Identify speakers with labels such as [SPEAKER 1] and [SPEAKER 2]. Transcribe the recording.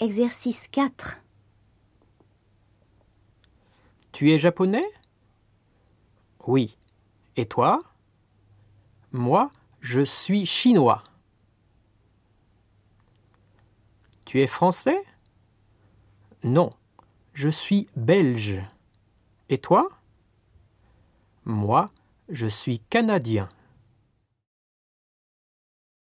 [SPEAKER 1] Exercice 4.
[SPEAKER 2] Tu es japonais Oui. Et toi Moi, je suis chinois. Tu es français Non. Je suis belge. Et toi Moi, je suis canadien.